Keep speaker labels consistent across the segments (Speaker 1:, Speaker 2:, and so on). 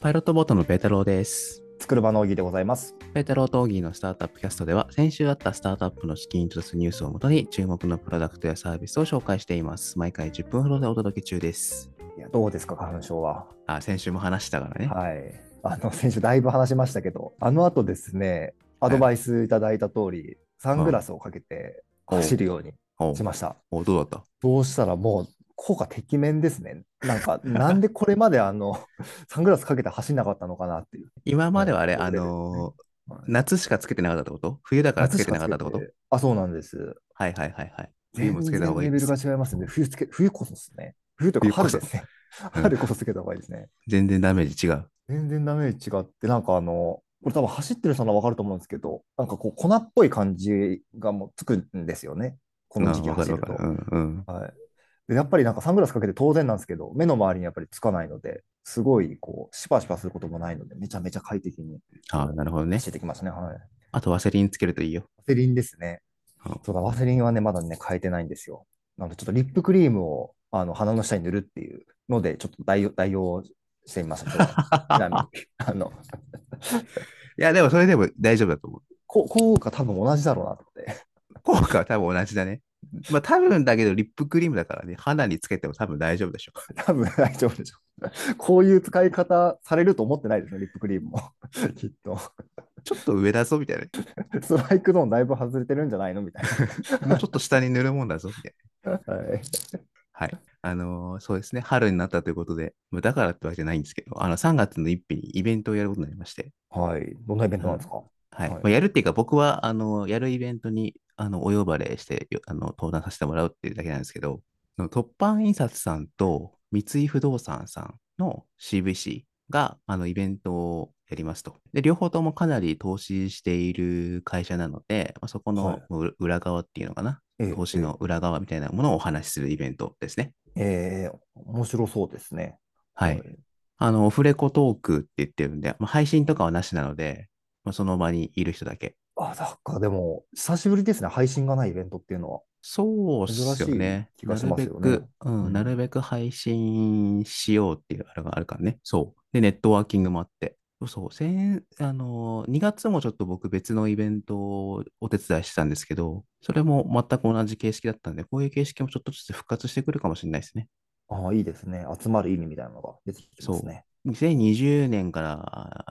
Speaker 1: パイロットボートのペータローです。
Speaker 2: 作る場の奥義でございます。
Speaker 1: ペータローとオギーのスタートアップキャストでは、先週あったスタートアップの資金に届くニュースをもとに、注目のプロダクトやサービスを紹介しています。毎回10分ほどでお届け中です。
Speaker 2: いや、どうですか、花粉症は。
Speaker 1: あ、先週も話したからね。
Speaker 2: はい。あの、 先週だいぶ話しましたけど、あの後ですね、アドバイスいただいた通り、サングラスをかけて
Speaker 1: うん
Speaker 2: 走るように
Speaker 1: おう
Speaker 2: しました。
Speaker 1: おうどうだっ
Speaker 2: そうしたらもう、効果てきめんですね。な んか、なんでこれまであの、サングラスかけて走んなかったのかなっ ていう。
Speaker 1: た今まではあれ、
Speaker 2: はい
Speaker 1: あの
Speaker 2: はい
Speaker 1: ー、夏しかつけてなかったってこと冬だからつけてなかったってこと
Speaker 2: 夏しかつけてあ、そうなんです。
Speaker 1: はいはいはいはい。冬
Speaker 2: 全
Speaker 1: もつけた方
Speaker 2: 然
Speaker 1: がいい
Speaker 2: レ
Speaker 1: で
Speaker 2: ベル
Speaker 1: す
Speaker 2: が。違いますね。冬つけ、冬こそですね。冬という
Speaker 1: 冬
Speaker 2: か
Speaker 1: こ
Speaker 2: 春
Speaker 1: そ
Speaker 2: ですね。
Speaker 1: うん
Speaker 2: 春こそつけた方がいいですね。
Speaker 1: 全然ダメージ違う。
Speaker 2: 全然ダメージ違って、なんかあの、これ多分走ってる人ならわかると思うんですけど、なんかこう粉っぽい感じがもうつくんですよね。この時期
Speaker 1: うんわか
Speaker 2: 走
Speaker 1: る
Speaker 2: る
Speaker 1: わ
Speaker 2: と
Speaker 1: か。る。うんうん。
Speaker 2: はい。で、やっぱりなんかサングラスかけて当然なんですけど、目の周りにやっぱりつかないので、すごいこう、シパシパすることもないので、めちゃめちゃ快適に
Speaker 1: あーなるほどね
Speaker 2: 走。ってきましたね。はい。ワ
Speaker 1: あとワセリンつけるといいよ。
Speaker 2: セリンですね
Speaker 1: うん。
Speaker 2: そうだ、ワセリンはね、まだね、変えてないんですよ。なので、ちょっとリップクリームをあの鼻の下に塗るっていうので、ちょっと代用代用してみました。ち ょっとちなみに、あの、
Speaker 1: いや、でもそれでも大丈夫だと思う。
Speaker 2: こ効果多分同じだろうなと思って。
Speaker 1: 効果は多分同じだね。まあ多分だけどリップクリームだからね、肌につけても多分大丈夫でしょ。
Speaker 2: 多分大丈夫でしょう。こういう使い方されると思ってないですね、リップクリームも。 きっと。
Speaker 1: ちょっと上だぞみたい
Speaker 2: ストライクゾーンだいぶ外れてるんじゃないのみたい
Speaker 1: な。もうちょっと下に塗るもんだぞみたいな。
Speaker 2: な。はい、
Speaker 1: はい。あのーそうですね。春になったということで、まあだからってわけじゃないんですけど、あの3月の一日にイベントをやることになりまして、
Speaker 2: はい。どんなイベントなんですか、
Speaker 1: はい。
Speaker 2: はい
Speaker 1: まあやるっていうか、僕は、あの、やるイベントに、あの、お呼ばれして、よあの、登壇させてもらうっていうだけなんですけど、その突版印刷さんと三井不動産さんの CVC が、あの、イベントをやりますと。で、両方ともかなり投資している会社なので、まあ、そこ
Speaker 2: は
Speaker 1: の
Speaker 2: いう
Speaker 1: 裏側っていうのかな、
Speaker 2: ええ
Speaker 1: 投資の裏側みたいなものをお話しするイベントですね。
Speaker 2: ええ面白そうですね。
Speaker 1: はい。あの、オフレコトークって言ってるんで、まあ、配信とかはなしなので、まあ、その場にいる人だけ。
Speaker 2: あ、なんかでも、久しぶりですね、配信がないイベントっていうのは。
Speaker 1: そうっすよね。
Speaker 2: 珍しい気がしますよね
Speaker 1: なるべく、うん
Speaker 2: うん
Speaker 1: なるべく配信しようっていうあれがあるからね。そう。で、ネットワーキングもあって。そう、先、あの、2月もちょっと僕別のイベントをお手伝いしてたんですけど、それも全く同じ形式だったんで、こういう形式もちょっとずつ復活してくるかもしれないですね。
Speaker 2: ああ、いいですね。集まる意味みたいなのが出てきてますね。
Speaker 1: 2020年から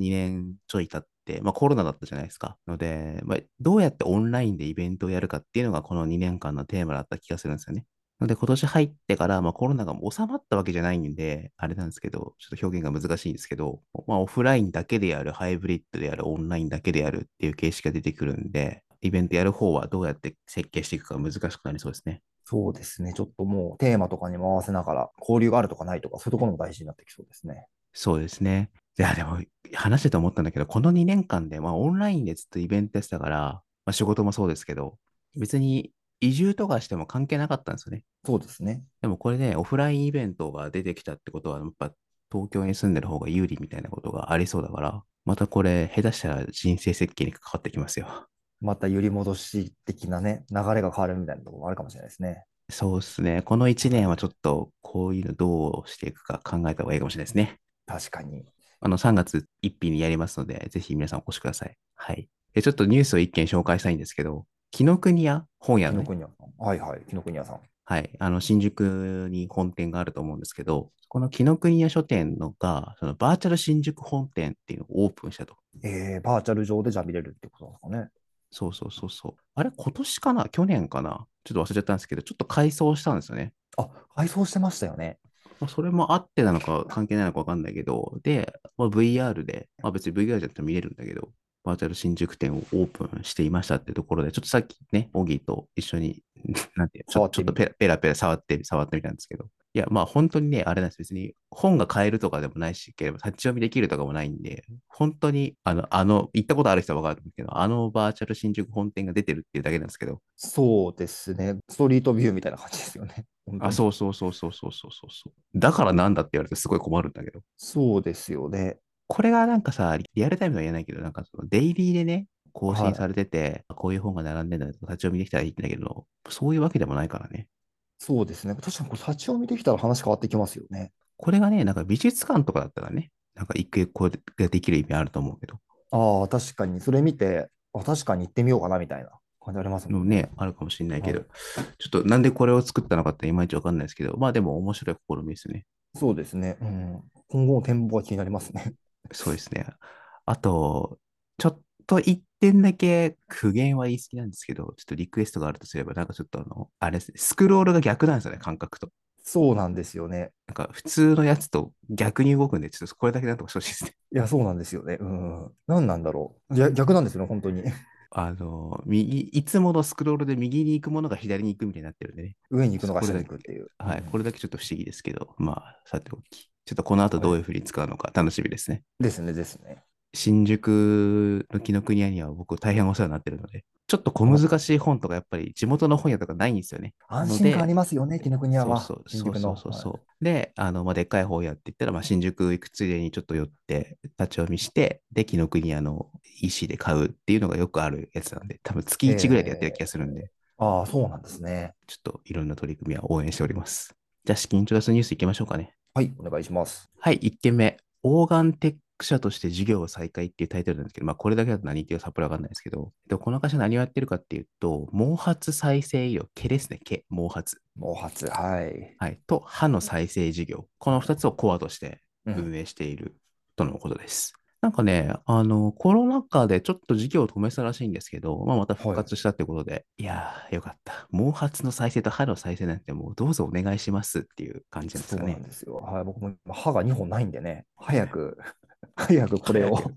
Speaker 1: 2年ちょい経って、まあコロナだったじゃないですか。ので、まあ、どうやってオンラインでイベントをやるかっていうのがこの2年間のテーマだった気がするんですよね。なので今年入ってから、まあコロナがもう収まったわけじゃないんで、あれなんですけど、ちょっと表現が難しいんですけど、まあオフラインだけでやる、ハイブリッドでやる、オンラインだけでやるっていう形式が出てくるんで、イベントやる方はどうやって設計していくか難しくなりそうですね。
Speaker 2: そうですね。ちょっともうテーマとかにも合わせながら、交流があるとかないとか、そういうところも大事になってきそうですね。
Speaker 1: そうですね。いや、でも、話してて思ったんだけど、この2年間で、まあ、オンラインでずっとイベントやってたから、まあ、仕事もそうですけど、別に移住とかしても関係なかったんですよね。
Speaker 2: そうですね。
Speaker 1: でも、これね、オフラインイベントが出てきたってことは、やっぱ、東京に住んでる方が有利みたいなことがありそうだから、またこれ、下手したら人生設計に関わってきますよ。
Speaker 2: また揺り戻し的なね、流れが変わるみたいなところもあるかもしれないですね。
Speaker 1: そうですね。この1年はちょっと、こういうのどうしていくか考えた方がいいかもしれないですね。
Speaker 2: 確かに。
Speaker 1: あの、3月1日にやりますので、ぜひ皆さんお越しください。はい。で、ちょっとニュースを一件紹介したいんですけど、紀ノ国屋本屋
Speaker 2: 紀
Speaker 1: の
Speaker 2: ノ
Speaker 1: ね、
Speaker 2: 国屋さん。はいはい、紀ノ国屋さん。
Speaker 1: はい、あの、新宿に本店があると思うんですけど、この紀ノ国屋書店のが、そのバーチャル新宿本店っていうのをオープンしたと。
Speaker 2: えー、バーチャル上でじゃあ見れるってことなんですかね。
Speaker 1: そうそうそうそう。あれ、今年かな去年かなちょっと忘れちゃったんですけど、ちょっと改装したんですよね。
Speaker 2: あ、改装してましたよね。
Speaker 1: まあ、それもあってなのか関係ないのか分かんないけど、で、まあ、VR で、まあ、別に VR じゃなくても見れるんだけど、バーチャル新宿店をオープンしていましたってところで、ちょっとさっきね、オギーと一緒に、 なんていうちょ
Speaker 2: 触っ
Speaker 1: ちょ
Speaker 2: て
Speaker 1: っ
Speaker 2: み
Speaker 1: とペラペラペラ触って、触ってみたんですけど、いや、まあ本当にね、あれなんです。別に本が買えるとかでもないし、ければ立ち読みできるとかもないんで、本当に、あの、あの、行ったことある人は分かると思うけど、あのバーチャル新宿本店が出てるっていうだけなんですけど、
Speaker 2: そうですね。ストリートビューみたいな感じですよね。本当
Speaker 1: あ、
Speaker 2: に
Speaker 1: そうそうそうそうそうそうそう。だからなんだって言われてすごい困るんだけど。
Speaker 2: そうですよね。
Speaker 1: これがなんかさ、リアルタイムでは言えないけど、なんかそのデイリーでね、更
Speaker 2: は
Speaker 1: 新
Speaker 2: い
Speaker 1: されてて、こういう本が並んでるんだとか、立ち読みできたらいいんだけど、そういうわけでもないからね。
Speaker 2: そうですね。確かにこれ、立ち読みできたら話変わってきますよね。
Speaker 1: これがね、なんか美術館とかだったらね、なんか、一くゆくこれができる意味あると思うけど。
Speaker 2: ああ、確かに、それ見て、あ、確かに行ってみようかなみたいな感じあります
Speaker 1: の
Speaker 2: もんね。
Speaker 1: ね、あるかもしれないけど、
Speaker 2: はい
Speaker 1: ちょっとなんでこれを作ったのかっていまいちわかんないですけど、まあでも面白い試みですね。
Speaker 2: そうですね。うん。今後の展望が気になりますね。
Speaker 1: そうですね。あと、ちょっと一点だけ苦言は言い過ぎなんですけど、ちょっとリクエストがあるとすれば、なんかちょっとあの、あれですね、スクロールが逆なんですよね、感覚と。
Speaker 2: そうなんですよね。
Speaker 1: なんか普通のやつと逆に動くんで、ちょっとこれだけなんとかしてほしいですね。
Speaker 2: いや、そうなんですよね。うん。何なんだろう。いや逆なんですよね、本当に。
Speaker 1: あの、右、いつものスクロールで右に行くものが左に行くみたいになってるんでね。
Speaker 2: 上に行くのが下に行くっていう。
Speaker 1: はい、
Speaker 2: うん
Speaker 1: これだけちょっと不思議ですけど、まあ、さておき。ちょっとこの後どういうふうに使うのか楽しみですね。
Speaker 2: ですね、ですね。
Speaker 1: 新宿の紀ノ国屋には僕大変お世話になってるので、ちょっと小難しい本とかやっぱり地元の本屋とかないんですよね。
Speaker 2: 安心感ありますよね、紀ノ国屋は。
Speaker 1: そう
Speaker 2: 新
Speaker 1: そう
Speaker 2: 宿
Speaker 1: そう
Speaker 2: の
Speaker 1: そうそう
Speaker 2: はい
Speaker 1: そう。で、あの、まあ、でっかい本屋って言ったら、まあ、新宿行くついでにちょっと寄って、立ち読みして、で、紀ノ国屋の石で買うっていうのがよくあるやつなんで、多分月1ぐらいでやってる気がするんで、
Speaker 2: ああ、そうなんですね。
Speaker 1: ちょっといろんな取り組みは応援しております。じゃあ、資金調達ニュース行きましょうかね。
Speaker 2: はい、お願いします。
Speaker 1: はい、1件目。オーガンテック社として事業を再開っていうタイトルなんですけど、まあ、これだけだと何言っていうかさっぱりわかんないですけど、でこの会社何をやってるかっていうと、毛髪再生医療、毛ですね、毛、毛髪。
Speaker 2: 毛髪、はい。
Speaker 1: はい、と、歯の再生事業。この2つをコアとして
Speaker 2: うん
Speaker 1: 運営しているとのことです。なんかね、あの、コロナ禍でちょっと事業を止めてたらしいんですけど、まあ、また復活したってことで、い、やー、よかった。毛髪の再生と歯の再生なんてもうどうぞお願いしますっていう感じなんです
Speaker 2: そう
Speaker 1: か
Speaker 2: な
Speaker 1: ね
Speaker 2: ん。ですよ。はい、僕も今歯が2本ないんでね、早く、 早くこれを
Speaker 1: 早く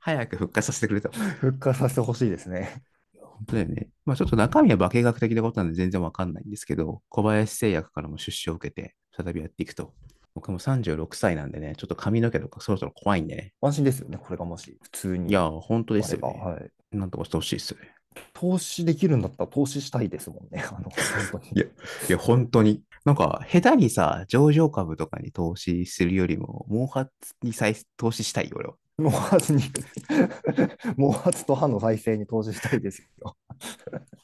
Speaker 1: 早く復活させてくれと。
Speaker 2: 復活させてほしいですね。
Speaker 1: 本当だよね。まあちょっと中身は化学的なことなんで全然わかんないんですけど、小林製薬からも出資を受けて、再びやっていくと。僕も36歳なんでね、ちょっと髪の毛とかそろそろ怖いんでね。
Speaker 2: 安心ですよね、これがもし、普通に。
Speaker 1: いやー、本当
Speaker 2: あれば、
Speaker 1: ですよ、ね
Speaker 2: はい。
Speaker 1: なんとかしてほしいですよね。
Speaker 2: 投資できるんだったら投資したいですもんね、あの、本当に。
Speaker 1: いやいや、本当に。なんか、下手にさ、上場株とかに投資するよりも、毛髪に再投資したいよ、俺は。
Speaker 2: 毛髪に、毛髪と歯の再生に投資したいですよ。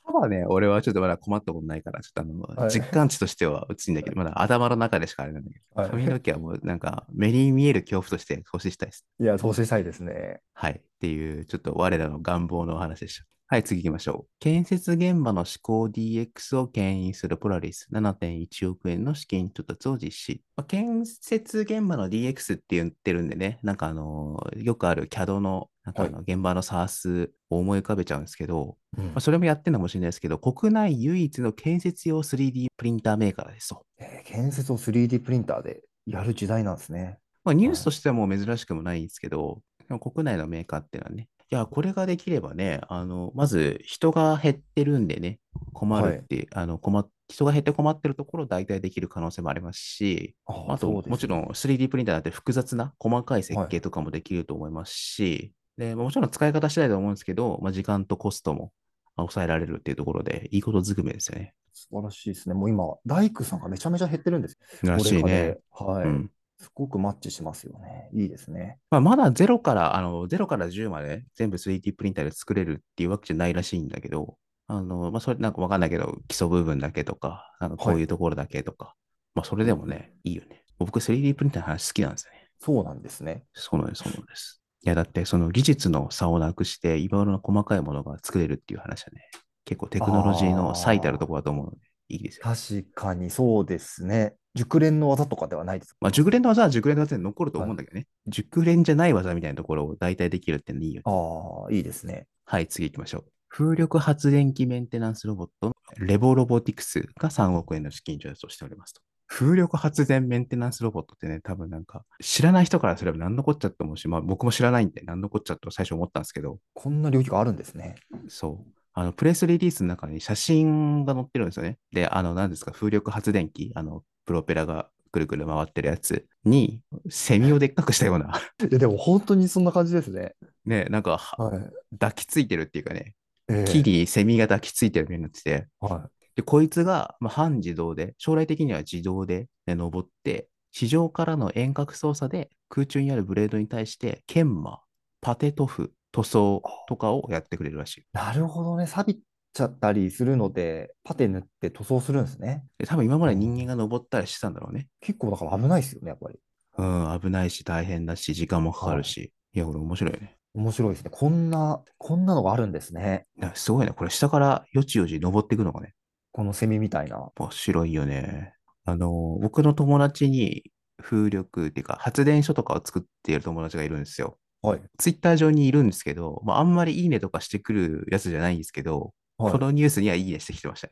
Speaker 1: 歯はね、俺はちょっとまだ困ったことないから、ちょっとあの、
Speaker 2: はい
Speaker 1: 実感値としては薄いんだけど、まだ頭の中でしかあれなんだけど、
Speaker 2: はい
Speaker 1: 髪の毛はもうなんか、目に見える恐怖として投資したいです。
Speaker 2: いや、投資したいですね。
Speaker 1: はい。っていう、ちょっと我らの願望のお話でした。はい、次行きましょう。建設現場の思考 DX を牽引するポラリス7.1億円の資金調達を実施。まあ、建設現場の DX って言ってるんでね、なんかあのーよくある CAD の、なんかあの、現場の SARS を思い浮かべちゃうんですけど、
Speaker 2: うん
Speaker 1: まあ、それもやってるのかもしれないですけど、国内唯一の建設用 3D プリンターメーカーですと。
Speaker 2: えー建設を 3D プリンターでやる時代なんですね。
Speaker 1: まあ、ニュースとしてはもう珍しくもないんですけど、でも国内のメーカーっていうのはね、いや、これができればね、あの、まず人が減ってるんでね、困るって、あの、困っ人が減って困ってるところを代替できる可能性もありますし、
Speaker 2: あ
Speaker 1: あと、もちろ
Speaker 2: ん。
Speaker 1: ん 3D プリンターなんて複雑な細かい設計とかもできると思いますし、でまあもちろん使い方次第だと思うんですけど、まあ、時間とコストもまあ抑えられるっていうところで、いいことずくめですよね。
Speaker 2: 素晴らしいですね。もう今、大工さんがめちゃめちゃ減ってるんです。
Speaker 1: らしい
Speaker 2: 高
Speaker 1: ね
Speaker 2: 齢。化ではい、
Speaker 1: うん
Speaker 2: すごくマッチしますよね。いいですね。
Speaker 1: まあ、まだ0から、あの、0から10まで全部 3D プリンターで作れるっていうわけじゃないらしいんだけど、あの、まあ、それなんかわかんないけど、基礎部分だけとか、なんかこう
Speaker 2: はい
Speaker 1: いうところだけとか、まあ、それでもね、いいよね。僕 3D プリンターの話好きなんですよね。
Speaker 2: そうなんですね。
Speaker 1: そうなんです、そうなんです。いや、だってその技術の差をなくして、いろいろな細かいものが作れるっていう話はね、結構テクノロジーの最たるところだと思うので、いいですよ。
Speaker 2: 確かにそうですね。熟練の技とかではないです。
Speaker 1: まあ、熟練の技は熟練の技で残ると思うんだけどね、熟練じゃない技みたいなところを代替できるってのいいよね。
Speaker 2: ああ、いいですね。
Speaker 1: はい、次行きましょう。風力発電機メンテナンスロボットのレボロボティクスが3億円の資金調達をしておりますと。風力発電メンテナンスロボットってね、多分なんか、知らない人からすれば何のこっちゃって思うし、まあ僕も知らないんで何のこっちゃって最初思ったんですけど、
Speaker 2: こんな領域があるんですね。
Speaker 1: そう。あの、プレスリリースの中に写真が載ってるんですよね。で、あの、何ですか、風力発電機、あの、プロペラがぐるぐる回ってるやつに、セミをでっかくしたような、
Speaker 2: いやでも本当にそんな感じですね。
Speaker 1: ね、なんかは
Speaker 2: はい。
Speaker 1: 抱きついてるっていうかね、
Speaker 2: ええ
Speaker 1: 木にセミが抱きついてるようになってて、
Speaker 2: は
Speaker 1: で、こいつが、まあ、半自動で、将来的には自動で、ね、登って、地上からの遠隔操作で空中にあるブレードに対して、研磨、パテ塗布、塗装とかをやってくれるらしい。
Speaker 2: い。なるほどね。錆びちゃったりするので、パテ塗って塗装するんですね。
Speaker 1: で多分今まで人間が登ったりしてたんだろうね。
Speaker 2: 結構だから危ないですよね、やっぱり。
Speaker 1: うん、危ないし大変だし、時間もかかるし。いや、これ面白いね。
Speaker 2: 面白いですね。こんな、こんなのがあるんですね。
Speaker 1: いやすごいね。これ下からよちよち登っていくのがね、
Speaker 2: このセミみたいな。
Speaker 1: 面白いよね。あの、僕の友達に風力っていうか、発電所とかを作っている友達がいるんですよ。
Speaker 2: はい。
Speaker 1: ツイッター上にいるんですけど、まあ、あんまりいいねとかしてくるやつじゃないんですけど、
Speaker 2: はい
Speaker 1: このニュースにはいいねしてきてました。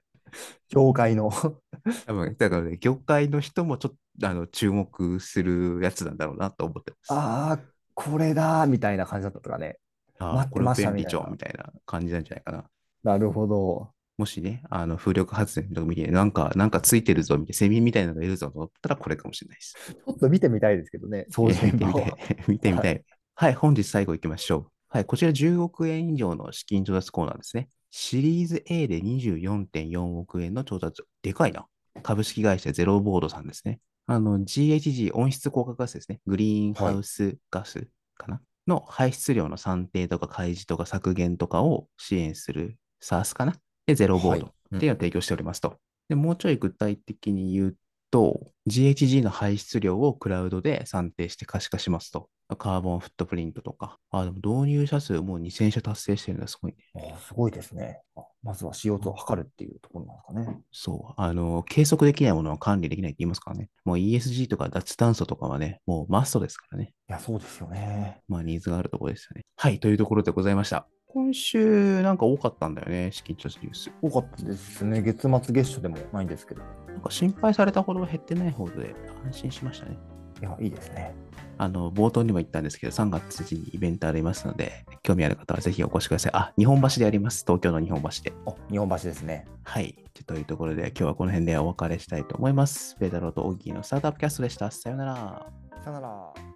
Speaker 2: 業界の。
Speaker 1: 多分、だからね、業界の人もちょっと、あの、注目するやつなんだろうなと思ってます。
Speaker 2: ああ、これだーみたいな感じだったとかね。
Speaker 1: あ
Speaker 2: 待ってました
Speaker 1: これ便利じゃんみ
Speaker 2: み
Speaker 1: たいな感じなんじゃないかな。
Speaker 2: なるほど。
Speaker 1: もしね、あの、風力発電とか見て、なんか、なんかついてるぞ、みたいな、セミみたいなのがいるぞと思ったら、これかもしれないです。
Speaker 2: ちょっと見てみたいですけどね、掃除
Speaker 1: えー
Speaker 2: 現場
Speaker 1: 見てみ
Speaker 2: を。
Speaker 1: たい。見てみ たい。はい、本日最後行きましょう。はい、こちら10億円以上の資金調達コーナーですね。シリーズ A で24.4億円の調達。でかいな。株式会社ゼロボードさんですね。あの、GHG 温室効果ガスですね。グリーンハウスガスかな、の排出量の算定とか開示とか削減とかを支援する SARS かなで、ゼロボード。
Speaker 2: うん
Speaker 1: っていうのを提供しておりますと。で、もうちょい具体的に言うと、GHG の排出量をクラウドで算定して可視化しますと。カーボンフットプリントとか。あ、でも導入者数もう2000社達成してるんだ。すごいね。
Speaker 2: あーすごいですね。あまずは CO2 を測るっていうところなんですかね。
Speaker 1: そう。あの、計測できないものは管理できないって言いますからね。もう ESG とか脱炭素とかはね、もうマストですからね。
Speaker 2: いや、そうですよね。
Speaker 1: まあ、ニーズがあるところですよね。はい、というところでございました。今週、なんか多かったんだよね、資金調達ニュース。
Speaker 2: 多かったですね。月末月初でもないんですけど。
Speaker 1: なんか心配されたほど減ってない方で、安心しましたね。
Speaker 2: いや、いいですね。
Speaker 1: あの、冒頭にも言ったんですけど、3月1日にイベントありますので、興味ある方はぜひお越しください。あ、日本橋であります。東京の日本橋で。
Speaker 2: あ、日本橋ですね。
Speaker 1: はい。というところで、今日はこの辺でお別れしたいと思います。ペータローとオギーのスタートアップキャストでした。さようなら。
Speaker 2: さよなら。